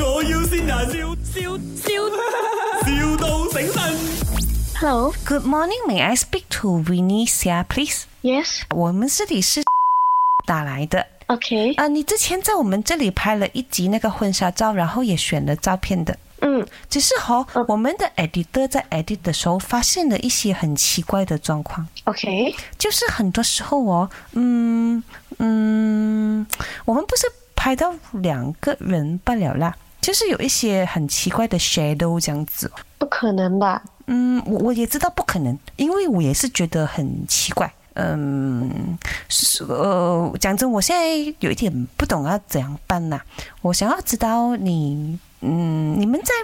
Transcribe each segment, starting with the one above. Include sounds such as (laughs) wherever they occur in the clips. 我要先人，笑笑笑，,笑到醒神。 Hello. Good morning, may I speak to Winnie Xia, please？ Yes. 我们这里是 (laughs) 打来的。 OK. 啊，你之前在我们这里拍了一集那个婚纱照，然后也选了照片的。嗯，只是哦，我们的 editor 在 edit 的时候发现了一些很奇怪的状况， OK. 就是很多时候哦，嗯嗯，我们不是拍到两个人罢了啦，就是有一些很奇怪的 shadow 这样子。不可能吧？嗯，我我也知道不可能，因为我也是觉得很奇怪。嗯，是呃，讲真，我现在有一点不懂要怎样办呐、我想要知道你，嗯，你们在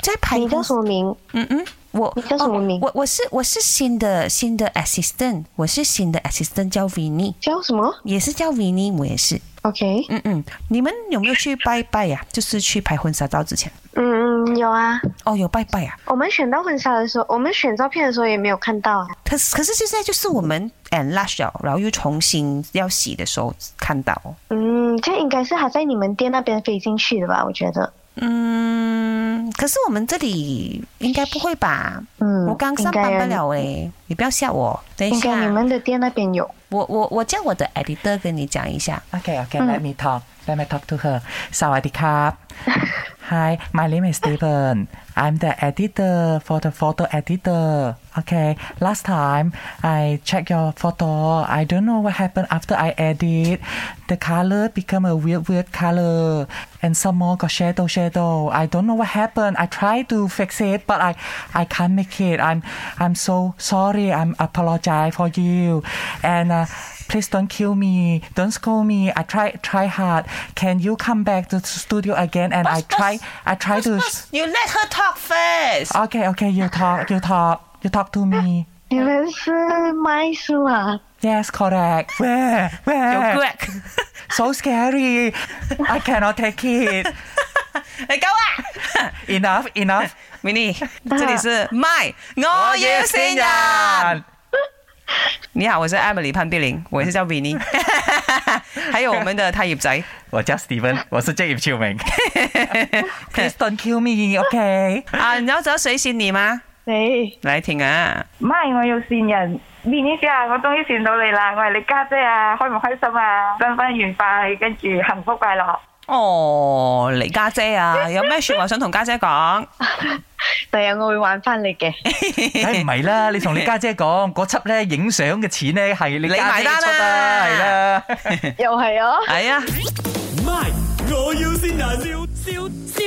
在拍你叫什么名？嗯嗯，我你叫什么名哦我我是我是新的新的 assistant，我是新的 assistant 叫 Vinny，叫什么也是叫 Vinny，我也是。 ？OK。嗯嗯，你们有没有去拜拜呀、就是去拍婚纱照之前。嗯嗯，有啊。哦，有拜拜呀、我们选到婚纱的时候，我们选照片的时候也没有看到啊。可是可是现在就是我们嗯 and lash 了，然后又重新要洗的时候看到哦。嗯，这应该是他在你们店那边飞进去的吧？我觉得。嗯，可是我们这里应该不会吧？嗯，我刚上班不了诶，你不要吓我。等一应该。应该下你，们的店那边有。我我我叫我的 editor 跟你讲一下。 Okay, okay, let me talk. Let me talk to her. สวัสดีครับ Hi, my name is Steven. I'm the editor for the photo editor. Okay, last time I check your photo. I don't know what happened after I edit. The color become a weird, weird color, and some more got shadow, shadow. I don't know what happened. I try to fix it, but I, I can't make it. I'm, I'm so sorry. I'm apologize for you, and. Uh, please don't kill me don't scold me i try try hard can you come back to the studio again and i try i try to You let her talk first. okay okay you talk you talk you talk to me 你们是麦是 (laughs) 吗？ yes correct where 有 where Greg， so scary i cannot take it 你夠啊 enough enough (laughs) ，Mini，这里是 My，我要新人。你好，我是 Emily 潘碧玲，我也是 (laughs) 叫 Vinny，还有我们的太乙仔。我叫 (laughs) Steven，我是这一秀明。Please don't kill me, okay? 啊，你要知道谁选你吗？你来听啊！唔係，我要善人。面呢啊，我終於善到你啦！我係你家姐啊，開唔開心啊？新婚愉快，跟住幸福快樂。哦，你家姐啊，有咩说话想同家姐讲？第日我會玩翻你 (laughs) 嘅。梗唔係啦，你同你家姐講，嗰輯咧影相嘅錢咧係你你家姐啊埋單啦。出啦，係啦。又係啊。哎呀！ My，我要先人，笑笑